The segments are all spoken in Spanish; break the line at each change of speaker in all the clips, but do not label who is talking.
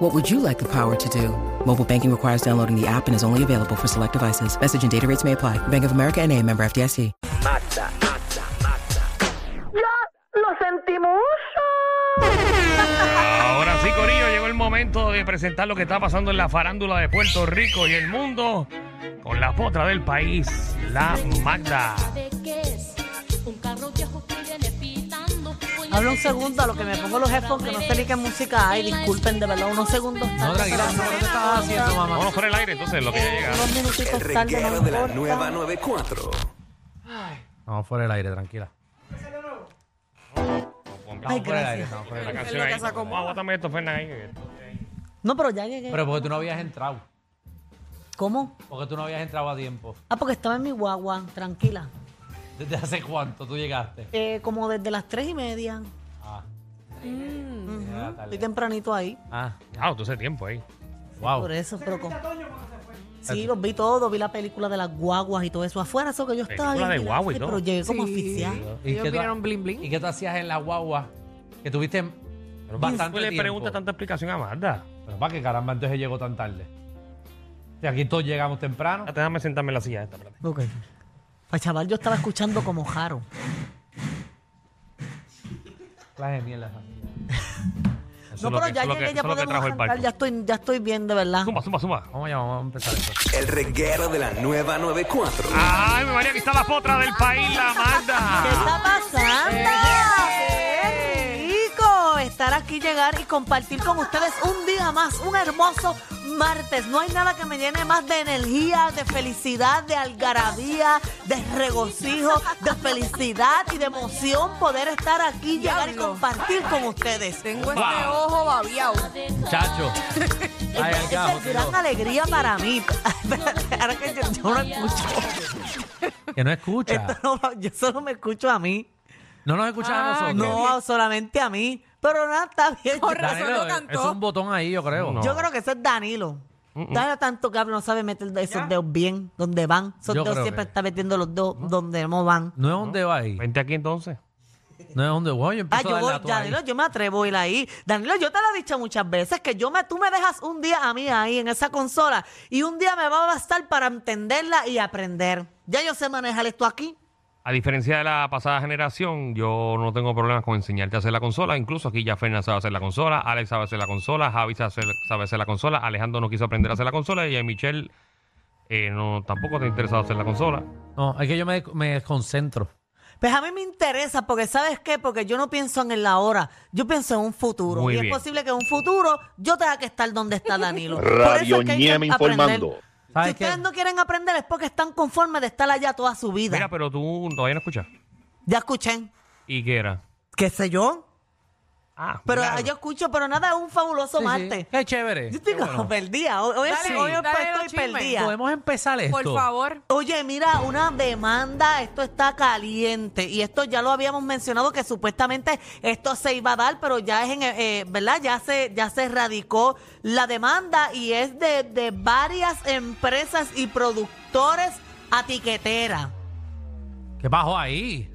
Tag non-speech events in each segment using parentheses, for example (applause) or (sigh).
What would you like the power to do? Mobile banking requires downloading the app and is only available for select devices. Message and data rates may apply. Bank of America and a member FDIC.
Mata, mata, mata.
¡Ya lo sentimos!
Ahora sí, Corillo, llegó el momento de presentar lo que está pasando en la farándula de Puerto Rico y el mundo con la potra del país, la Magda.
¿De qué es? Un carro viejo que viene pitando.
Habla un segundo a lo que me pongo los headphones, que no sé ni qué música hay. Disculpen, de verdad, unos segundos. No, tranquila, ¿qué estás haciendo, mamá?
Vámonos por el aire entonces, lo que ya llega.
Unos
El
minutitos tarde,
reguero
no
de la
importa.
nueva 94.
Vamos fuera del aire, tranquila.
Ay,
Vamos fuera del aire,
gracias.
estamos fuera del
La
aire.
canción ahí. Vamos, aguántame esto, Fernan, ahí.
No, pero ya llegué.
Pero porque tú no habías entrado.
¿Cómo?
Porque tú no habías entrado a tiempo.
Ah, porque estaba en mi guagua, tranquila.
¿Desde hace cuánto tú llegaste?
Eh, como desde las tres y media.
Ah. Era tarde.
Estoy tempranito ahí.
Ah,
Ah, tú hace tiempo ahí. Oh.
wow.
Por eso, pero con... Sí, los vi todos, vi la película de las guaguas y todo eso. Afuera, eso que yo estaba
Película
bien
de guagua y
relax,
todo.
Pero llegué como oficial.
¿Y
Ellos
qué, tú,
vinieron bling bling.
y qué tú hacías en la guagua? Que tuviste
¿Tú
bastante
le
tiempo.
preguntas tanta explicación a Magda?
Pero para qué caramba, entonces llegó tan tarde. Y aquí todos llegamos temprano.
Ah, Déjame sentarme en la silla esta, espérate.
Ok. Pues chaval, yo estaba escuchando como Jaro.
La genial.
Eso
No,
es lo
pero
que-
ya
eso es lo que-
llegué,
eso
ya
es lo que
podemos
trajo el
arrancar.
barco.
Ya estoy, ya estoy bien, de verdad.
Suma, suma, suma.
Vamos allá, vamos a empezar esto.
El reguero de la nueva 94.
Ay, mi María, aquí está la potra del país, la
¿Qué
(laughs)
Magda.
está pasando? ¡Qué rico! Estar aquí, llegar y compartir con ustedes un día más, un hermoso martes. No hay nada que me llene más de energía, de felicidad, de algarabía, de regocijo, de felicidad y de emoción poder estar aquí, llegar y
Diablo.
compartir con ustedes.
Tengo este ojo babiado.
(laughs)
Chacho. Ay, al
Esta
gajo,
Este es gran alegría para mí. (laughs) Espérate, Ahora que yo, yo no escucho.
tío. Que no escucha.
Esto no va- yo solo me escucho a mí.
No nos escuchas a nosotros.
No, solamente a mí. Pero nada, está bien.
Con
Yo-
razón no
es
cantó.
un botón ahí, yo creo.
No.
Yo creo que eso es Danilo. Danilo tanto que habla, no sabe meter esos dedos bien, donde van. Esos
Yo
dedos
creo
siempre
que-
está metiendo los dedos donde no van.
No es donde va ahí.
Vente aquí entonces.
No es donde va.
Ah,
Yo empiezo
yo
a
voy,
darle a
Danilo, yo me atrevo a ir ahí. Danilo, yo te lo he dicho muchas veces que yo me, tú me dejas un día a mí ahí en esa consola y un día me va a bastar para entenderla y aprender. Ya yo sé manejar esto aquí.
A diferencia de la pasada generación, yo no tengo problemas con enseñarte a hacer la consola. Incluso aquí ya Fernández sabe hacer la consola, Alex sabe hacer la consola, Javi sabe hacer, sabe hacer la consola, Alejandro no quiso aprender a hacer la consola y a Michelle eh, no, tampoco te ha interesado hacer la consola.
No, es que yo me, me desconcentro.
Pues a mí me interesa, porque ¿sabes qué? Porque yo no pienso en el ahora, yo pienso en un futuro.
Muy
y
bien.
es posible que en un futuro yo tenga que estar donde está Danilo. Por eso es que hay que
Radio Ñeme
aprender.
informando.
¿Sabes
Si ustedes
qué?
no quieren aprender es porque están conformes de estar allá toda su vida.
Mira, pero tú todavía no escuchas.
ya escuché.
¿Y qué era?
¿Qué sé yo?
Ah,
Pero
milagro.
yo escucho, pero nada, es un fabuloso
Sí, sí.
martes.
Qué chévere.
Yo estoy como perdida. Hoy, hoy
Dale,
sí, hoy
dale
estoy
los chismes.
perdida.
Podemos empezar esto.
Por favor.
Oye, mira, una demanda, esto está caliente y esto ya lo habíamos mencionado que supuestamente esto se iba a dar, pero ya es en, eh, eh, ¿verdad? Ya se, ya se radicó la demanda y es de, de varias empresas y productores a tiquetera.
¿Qué bajo ahí?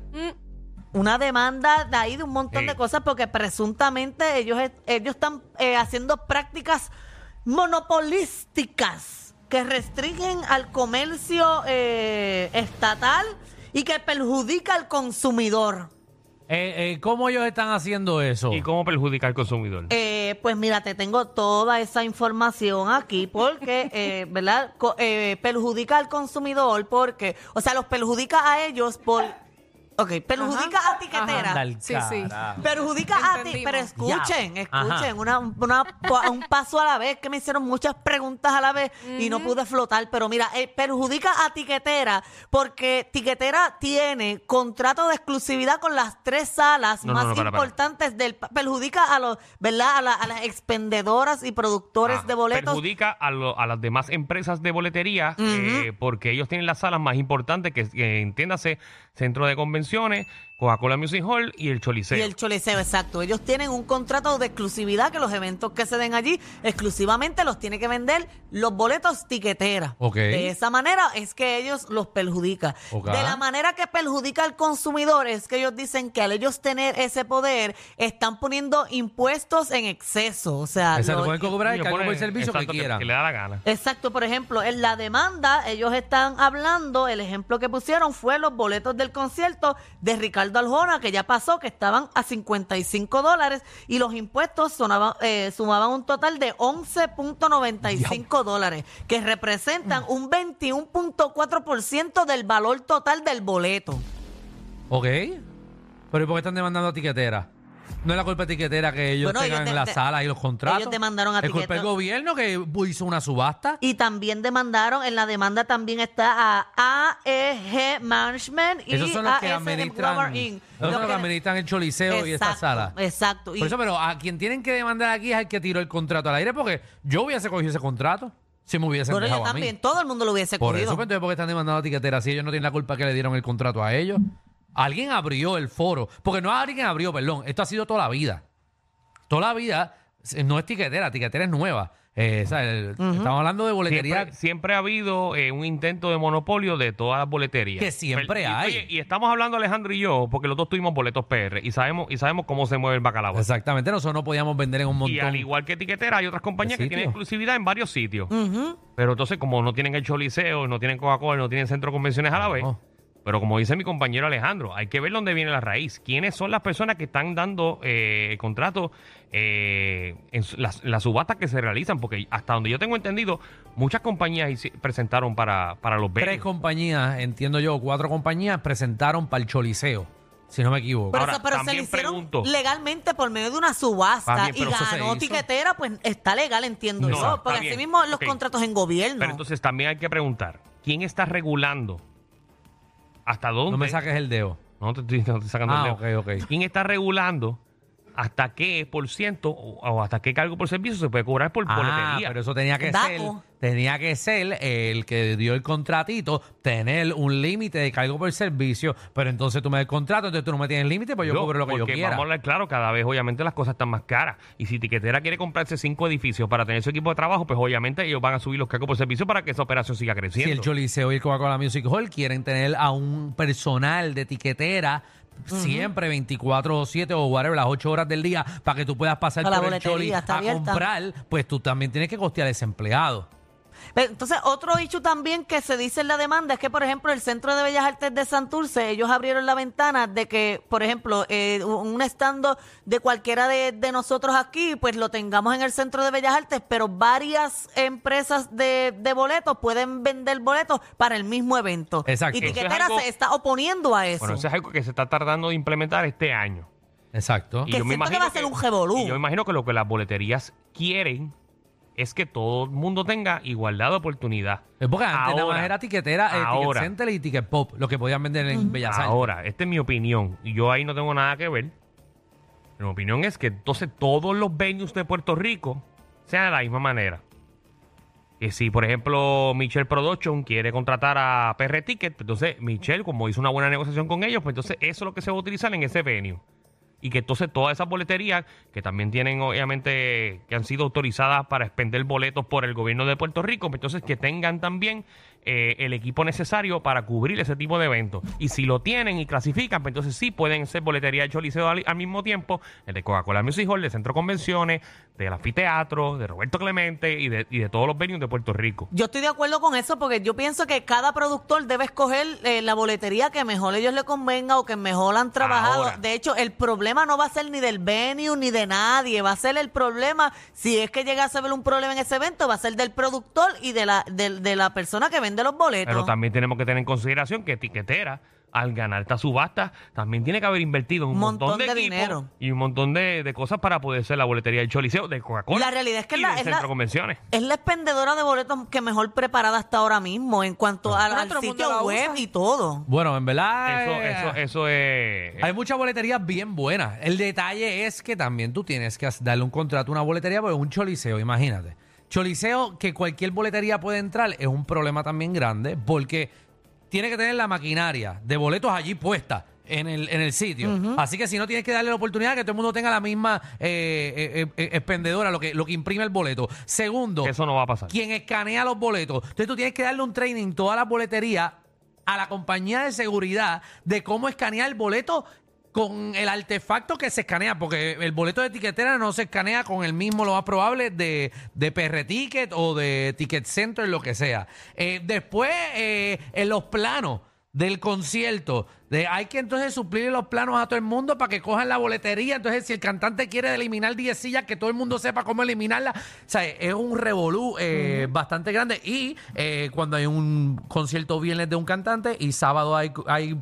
Una demanda de ahí de un montón
Sí.
de cosas porque presuntamente ellos, es- ellos están eh, haciendo prácticas monopolísticas que restringen al comercio eh, estatal y que perjudica al consumidor.
Eh, eh, ¿Cómo ellos están haciendo eso?
¿Y cómo perjudicar al consumidor?
Eh, pues mira, te tengo toda esa información aquí porque, eh, ¿verdad? Co- eh, perjudica al consumidor porque, o sea, los perjudica a ellos por Ok, perjudica a tiquetera.
Anda al
Sí, sí.
carajo.
Perjudica a ti,
Entendimos.
pero escuchen,
Ya.
escuchen,
Ajá.
una, una pa- un paso a la vez, que me hicieron muchas preguntas a la vez y no pude flotar, pero mira, eh, perjudica a Tiquetera, porque Tiquetera tiene contrato de exclusividad con las tres salas
No, no,
más
no, para, para.
importantes del... pa- Perjudica a los, ¿verdad? A, la- a las expendedoras y productores
Ah,
de boletos.
Perjudica a, lo- a las demás empresas de boletería eh, porque ellos tienen las salas más importantes que, que entiéndase, Centro de Convenciones, Coca-Cola Music Hall y el Choliseo.
Y el Choliseo, exacto. Ellos tienen un contrato de exclusividad que los eventos que se den allí exclusivamente los tiene que vender los boletos tiquetera.
Ok.
De esa manera es que ellos los perjudica.
Ok.
De la manera que perjudica al consumidor es que ellos dicen que al ellos tener ese poder están poniendo impuestos en exceso. O sea,
Exacto,
lo-
pueden cobrar y
Ellos
cargo por
ponen-
el servicio que
exacto,
quieran.
que le da la gana.
Exacto, por ejemplo, en la demanda, ellos están hablando, el ejemplo que pusieron fue los boletos del concierto de Ricardo Aljona, que ya pasó, que estaban a 55 dólares y los impuestos sonaban, eh, sumaban un total de 11.95 dólares, que representan
Mm.
un 21.4% del valor total del boleto.
Ok. Pero ¿y por qué están demandando a tiquetera? No es la culpa de tiquetera que ellos
Bueno, ellos
tengan
de-
las
de-
salas y los contratos.
ellos demandaron a
Es culpa del
Tiquetera.
gobierno que hizo una subasta.
Y también demandaron, en la demanda también está a AEG Management y
Esos son los que
AS
administran,
Empower Inc.
esos
Los
son los que
que-
administran el choliseo y estas salas.
Exacto. Y-
Por eso, pero a quien tienen que demandar aquí es al que tiró el contrato al aire, porque yo hubiese cogido ese contrato si me hubiesen
Bueno, yo
dejado a
también,
mí.
todo el mundo lo hubiese
Por
cogido.
eso, pues, entonces, ¿por qué están demandando a tiquetera si ellos no tienen la culpa que le dieron el contrato a ellos? Alguien abrió el foro, porque no alguien abrió, perdón, esto ha sido toda la vida. Toda la vida eh, no es tiquetera, tiquetera es nueva. Eh, o sea, el- Estamos hablando de boletería.
Siempre, siempre ha habido eh, un intento de monopolio de todas las boleterías.
Que siempre
y-
hay.
oye, y estamos hablando Alejandro y yo, porque los dos tuvimos boletos PR y sabemos, y sabemos cómo se mueve el bacalao.
Exactamente, nosotros no podíamos vender en un montón.
Y al igual que etiquetera, hay otras compañías
¿De
que tienen
sitio?
exclusividad en varios sitios. Pero entonces, como no tienen el Choliseo, no tienen Coca-Cola, no tienen centro de convenciones a la vez.
No.
Pero como dice mi compañero Alejandro, hay que ver dónde viene la raíz. ¿Quiénes son las personas que están dando eh, contratos eh, en su- las, las subastas que se realizan? Porque hasta donde yo tengo entendido, muchas compañías hici- presentaron para, para los
Tres
venues.
compañías, entiendo yo, cuatro compañías presentaron para el Choliseo, si no me equivoco.
Pero,
Ahora,
eso- pero se le
también
hicieron
pregunto.
legalmente por medio de una subasta
También,
y
pero eso se
ganó
hizo.
tiquetera, pues está legal, entiendo
No,
yo.
está
Porque
bien.
así mismo los
Ok.
contratos en gobierno.
Pero entonces también hay que preguntar, ¿quién está regulando? ¿Hasta dónde?
no me saques el dedo.
No te estoy, (laughs) no te estoy sacando
Ah,
el dedo.
ok, ok.
¿Quién está regulando hasta qué por ciento o, o hasta qué cargo por servicio se puede cobrar por
Ah,
boletería?
pero eso tenía que
Daco.
ser, tenía que ser el que dio el contratito, tener un límite de cargo por servicio, pero entonces tú me das el contrato, entonces tú no me tienes límite, pues yo,
Yo,
cobro lo que yo
porque
quiera.
vamos a hablar claro, cada vez obviamente las cosas están más caras. Y si Tiquetera quiere comprarse cinco edificios para tener su equipo de trabajo, pues obviamente ellos van a subir los cargos por servicio para que esa operación siga
Si
creciendo.
el Choliseo y el Coca-Cola Music Hall quieren tener a un personal de tiquetera siempre 24 o 7 o whatever, las 8 horas del día, para que tú puedas pasar
A la
por el
boletería,
Choli a
está abierta.
comprar, pues tú también tienes que costear a ese empleado.
Pero Entonces, otro issue también que se dice en la demanda es que, por ejemplo, el Centro de Bellas Artes de Santurce, ellos abrieron la ventana de que, por ejemplo, eh, un estando de cualquiera de, de nosotros aquí, pues lo tengamos en el Centro de Bellas Artes, pero varias empresas de, de boletos pueden vender boletos para el mismo evento.
Exacto.
Y
Eso es
Tiquetera
algo-
se está oponiendo a eso.
Bueno, eso es algo que se está tardando de implementar este año.
Exacto.
Y
Que siento que va a ser un revolú.
y yo me imagino que lo que las boleterías quieren es que todo el mundo tenga igualdad de oportunidad.
Es porque antes nada
Ahora.
más era tiquetera, eh,
Ahora.
ticket center y ticket pop, lo que podían vender en Bellas Artes.
Ahora, esta es mi opinión. y Yo ahí no tengo nada que ver. Mi opinión es que entonces todos los venues de Puerto Rico sean de la misma manera. Que si, por ejemplo, Michelle Production quiere contratar a PR Ticket, pues entonces Michelle, como hizo una buena negociación con ellos, pues entonces eso es lo que se va a utilizar en ese venue. Y que entonces todas esas boleterías, que también tienen, obviamente, que han sido autorizadas para expender boletos por el gobierno de Puerto Rico, pues entonces que tengan también eh, el equipo necesario para cubrir ese tipo de eventos. Y si lo tienen y clasifican, pues entonces sí pueden ser boletería de Choliseo al, al mismo tiempo, el de Coca-Cola Music Hall, de Centro Convenciones, del Anfiteatro, de Roberto Clemente y de, y de todos los venues de Puerto Rico.
Yo estoy de acuerdo con eso porque yo pienso que cada productor debe escoger eh, la boletería que mejor ellos le convenga o que mejor han trabajado.
Ahora.
De hecho, el problema no va a ser ni del venue ni de nadie. Va a ser el problema, si es que llegase a haber un problema en ese evento, va a ser del productor y de la, de, de la persona que vende los boletos.
Pero también tenemos que tener en consideración que Tiquetera al ganar esta subasta, también tiene que haber invertido en un montón,
Montón de
equipos
dinero.
y un montón de, de cosas para poder ser la boletería del Choliseo, de Coca-Cola.
La realidad es que
y
la-
del
es la-
centro de convenciones.
Es la expendedora de boletos que mejor preparada hasta ahora mismo en cuanto al,
Bueno,
al
todo el mundo
sitio
la
web
usa.
y todo.
Bueno, en verdad.
Eso,
eh,
eso, eso es.
Hay muchas boleterías bien buenas. El detalle es que también tú tienes que darle un contrato a una boletería porque es un choliseo, imagínate. Choliseo que cualquier boletería puede entrar es un problema también grande porque tiene que tener la maquinaria de boletos allí puesta en el, en el sitio. Así que si no tienes que darle la oportunidad de que todo el mundo tenga la misma eh, eh, eh, expendedora, lo que, lo que imprime el boleto. Segundo,
Eso no va a pasar.
quien escanea los boletos. Entonces tú tienes que darle un training toda la boletería a la compañía de seguridad de cómo escanear el boleto con el artefacto que se escanea, porque el boleto de tiquetera no se escanea con el mismo, lo más probable, de, de PR Ticket o de Ticket Center, lo que sea. Eh, después, eh, en los planos del concierto. De, hay que entonces suplir los planos a todo el mundo para que cojan la boletería. Entonces, si el cantante quiere eliminar 10 sillas, que todo el mundo sepa cómo eliminarla. O sea, es un revolú eh, bastante grande. Y eh, cuando hay un concierto viernes de un cantante y sábado hay, hay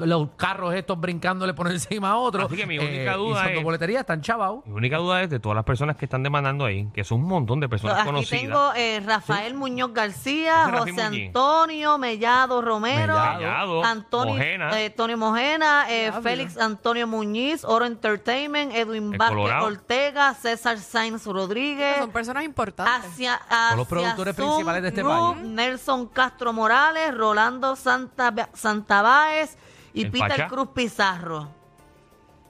los carros estos brincándole por (laughs) encima a otro. eh,
Así que mi única duda
y son
es-
dos boleterías, están chavados.
Mi única duda es de todas las personas que están demandando ahí, que son un montón de personas
Aquí
conocidas.
tengo eh, Rafael Muñoz García,
Ese es Rafi
José
Muñiz.
Antonio Mellado Romero,
Mellado,
Antonio
Mojena.
eh, Tony Mojena, eh, Félix Antonio Muñiz, Oro Entertainment, Edwin
El
Vázquez
Colorado.
Ortega, César Sainz Rodríguez,
Son personas importantes.
hacia,
Son los productores principales de este país.
Nelson Castro Morales, Rolando Santa Santabáez y
El
Peter
Pachá.
Cruz Pizarro.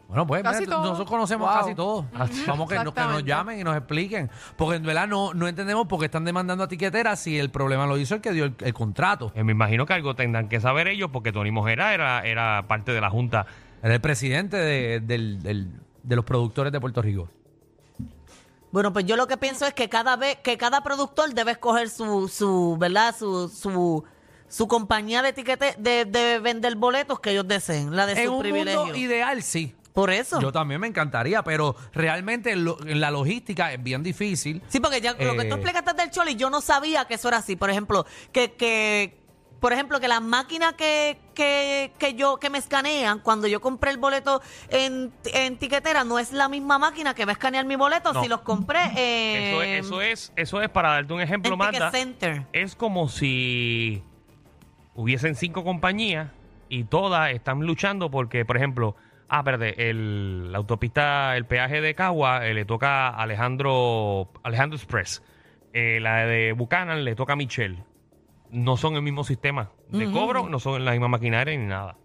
Bueno, pues
Casi
mira,
todo.
nosotros conocemos
Wow.
casi todo. Vamos que, nos- que nos
Exactamente.
llamen y nos expliquen. Porque en verdad no, no entendemos por qué están demandando a tiqueteras si el problema lo hizo el que dio el, el contrato.
Eh, me imagino que algo tendrán que saber ellos, porque Tony Mojera era, era parte de la Junta.
Era el presidente de, del- del- de los productores de Puerto Rico.
Bueno, pues yo lo que pienso es que cada vez que cada productor debe escoger su su, ¿verdad? Su su su compañía de etiquete de, de vender boletos que ellos deseen, la de
en
sus
un
privilegios.
mundo ideal, sí.
Por eso.
Yo también me encantaría, pero realmente lo- en la logística es bien difícil.
Sí, porque ya lo que
Eh.
tú explicaste del Choli, yo no sabía que eso era así. Por ejemplo, que, que por ejemplo, que las máquinas que, que, que yo, que me escanean cuando yo compré el boleto en, en tiquetera, no es la misma máquina que va a escanear mi boleto
No.
si los compré eh,
Eso, es, eso, es, eso es, para darte un ejemplo,
en Ticket
Manda,
Center.
es como si hubiesen cinco compañías y todas están luchando porque, por ejemplo, ah, espérate, el, la autopista, el peaje de Cagua eh, le toca a Alejandro, Alejandro Express. Eh, la de Buchanan le toca a Michelle. No son el mismo sistema de cobro, no son la misma maquinaria ni nada.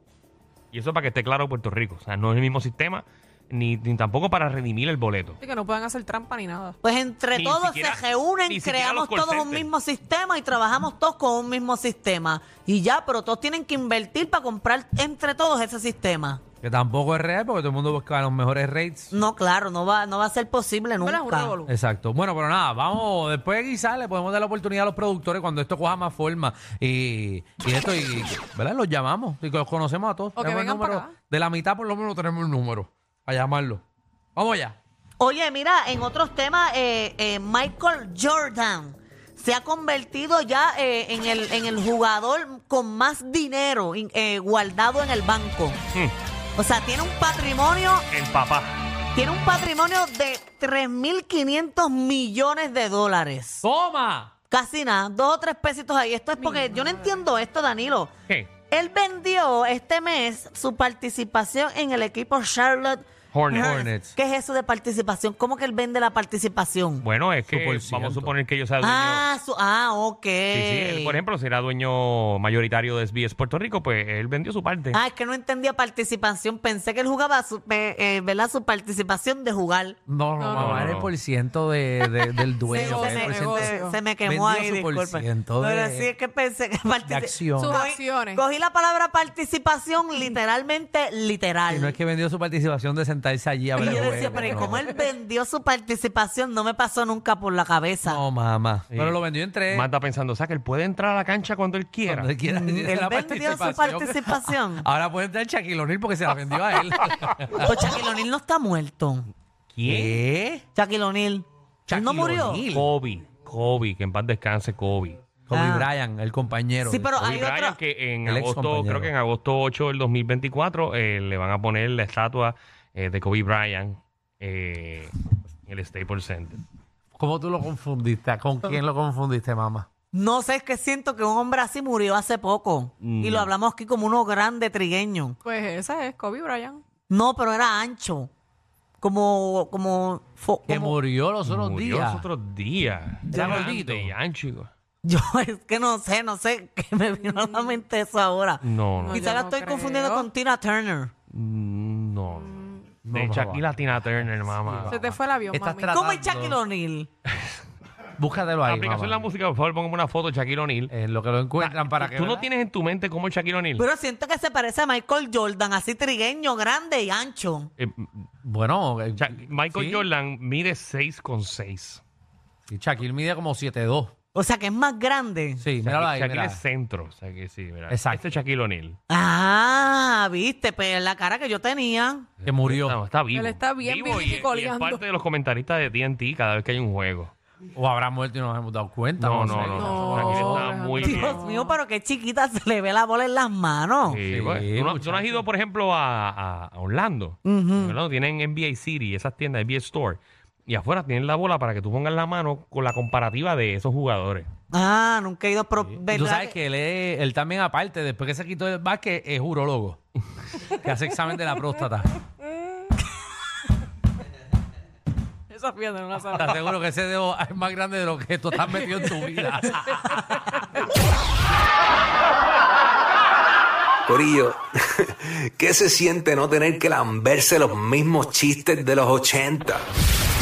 Y eso para que esté claro Puerto Rico. O sea, no es el mismo sistema ni, ni tampoco para redimir el boleto.
Así que no pueden hacer trampa ni nada.
Pues entre
Ni
todos
siquiera-
se reúnen,
ni siquiera los
creamos
call
todos un
center.
mismo sistema y trabajamos todos con un mismo sistema. Y ya, pero todos tienen que invertir para comprar entre todos ese sistema.
Que tampoco es real porque todo el mundo busca los mejores rates.
No, claro, no va, no va a ser posible
Bueno, es un
nunca.
revolú.
Exacto. Bueno, pero nada, vamos, después de guisar, le podemos dar la oportunidad a los productores cuando esto coja más forma. Y, y esto, y, ¿verdad? Los llamamos y que los conocemos a todos.
O que
Tenemos el
vengan
número,
para acá.
de la mitad por lo menos tenemos el número a llamarlo. Vamos allá.
Oye, mira, en otros temas, eh, eh, Michael Jordan se ha convertido ya eh, en, el, en el jugador con más dinero in- eh, guardado en el banco.
Hmm,
O sea, tiene un patrimonio,
el papá.
tiene un patrimonio de 3.500 millones de dólares.
¡Toma!
Casi nada, dos o tres pesitos ahí. Esto es porque yo no entiendo esto, Danilo.
¿Qué?
Él vendió este mes su participación en el equipo Charlotte
Hornets.
Hornets.
¿Qué es eso de participación? ¿Cómo que él vende la participación?
Bueno, es
Su
que
por
vamos
ciento.
a suponer que yo sea dueño.
ah, su- ah, ok.
Sí, sí, él, por ejemplo, será dueño mayoritario de SBS Puerto Rico, pues él vendió su parte.
Ah, es que no entendía participación. Pensé que él jugaba su, eh, eh, ¿verdad? su participación de jugar.
No, no,
No,
mamá,
no,
era
no.
el por ciento de, de- del dueño.
Sí,
era
se,
el
me,
por
porcentaje.
se-
ciento.
se me quemó
Vendió
ahí,
su por
disculpe.
ciento de-
Pero sí es que pensé que
de
participación.
acción.
Sus
Cogí-
acciones.
Cogí la palabra participación literalmente literal.
Y no es que vendió su participación de sentarse allí a
Y
ver el
yo
juego.
decía, pero ¿y
no.
como él vendió su participación, no me pasó nunca por la cabeza.
No, mamá.
Sí.
Pero lo vendió en tres.
Más está pensando, o sea, que él puede entrar a la cancha cuando él quiera.
Cuando él quiera.
Mm, él
(laughs) La Ah,
vendió su participación.
(laughs) Ahora puede entrar Shaquille O'Neal porque se la vendió a él. (laughs) ah.
Pues Shaquille O'Neal no está muerto.
¿Qué?
Shaquille O'Neal. Él
Shaquille
no murió.
O'Neal.
Kobe, Kobe, que en paz descanse Kobe.
Kobe
Ah.
Bryant, el compañero.
Sí, pero
Kobe
hay otro-
Bryant, que en
El ex
agosto,
compañero.
creo que en agosto 8 del 2024, eh, le van a poner la estatua eh, de Kobe Bryant eh, en el Staples Center.
¿Cómo tú lo confundiste? ¿Con quién lo confundiste, mamá?
No sé, es que siento que un hombre así murió hace poco.
Mm.
Y lo hablamos aquí como uno grande trigueño.
Pues ese es Kobe Bryant.
No, pero era ancho. Como, como, fo-
Que
como-
murió los otros
Murió
días.
los otros días.
Ya
Grande
gordito.
y ancho, chico.
(laughs) Yo es que no sé, no sé qué me vino a la mente eso ahora.
No, no,
Mm. No,
Quizá
yo
la estoy
creo.
confundiendo con Tina Turner.
Mm, no. no. De
no,
Shaquille Tina Turner, mamá.
Se te fue el avión,
Estás
mami.
tratando-
¿Cómo es Shaquille O'Neal?
Búscatelo
La
ahí,
aplicación de la
mamá.
música, por favor, ponme una foto de Shaquille O'Neal.
En lo que lo encuentran para que...
¿Tú no
vean.
tienes en tu mente cómo es Shaquille O'Neal?
Pero siento que se parece a Michael Jordan, así trigueño, grande y ancho.
Eh,
Bueno, eh,
Sha- Michael
sí,
Jordan mide 6,6.
sí, Shaquille mide como 7'2.
O sea que es más grande.
Sí, míralo ahí,
Shaquille,
mira.
Shaquille es centro. O sea que sí, mira.
Exacto.
Este es Shaquille O'Neal.
Ah, viste, pues la cara que yo tenía.
Que murió.
No, está vivo.
Él está bien
vivo y-
vivito y
y es
coleando.
parte de los comentaristas de TNT cada vez que hay un juego.
O habrá muerto y no nos hemos dado cuenta.
No,
sé.
no, no.
No,
Shaquille está
Alejandro,
muy
no.
bien.
Dios mío, pero qué chiquita se le ve la bola en las manos.
Sí,
Sí,
bueno. ¿Tú, no, tú no has
muchacho.
ido, por ejemplo, a, a- a Orlando. En Orlando tienen NBA City, esas tiendas, NBA Store. Y afuera tienen la bola para que tú pongas la mano con la comparativa de esos jugadores.
Ah, nunca he ido, pero
Y Tú
¿verdad
sabes que él, es- él también, aparte, después que se quitó el básquet,
(laughs)
es urólogo. que hace examen de la próstata.
(laughs) Esa pierna no la sabes.
Te seguro que ese dedo es más grande de lo que tú estás metido en tu vida.
Corillo, (laughs) ¿qué se siente no tener que lamberse los mismos chistes de los 80?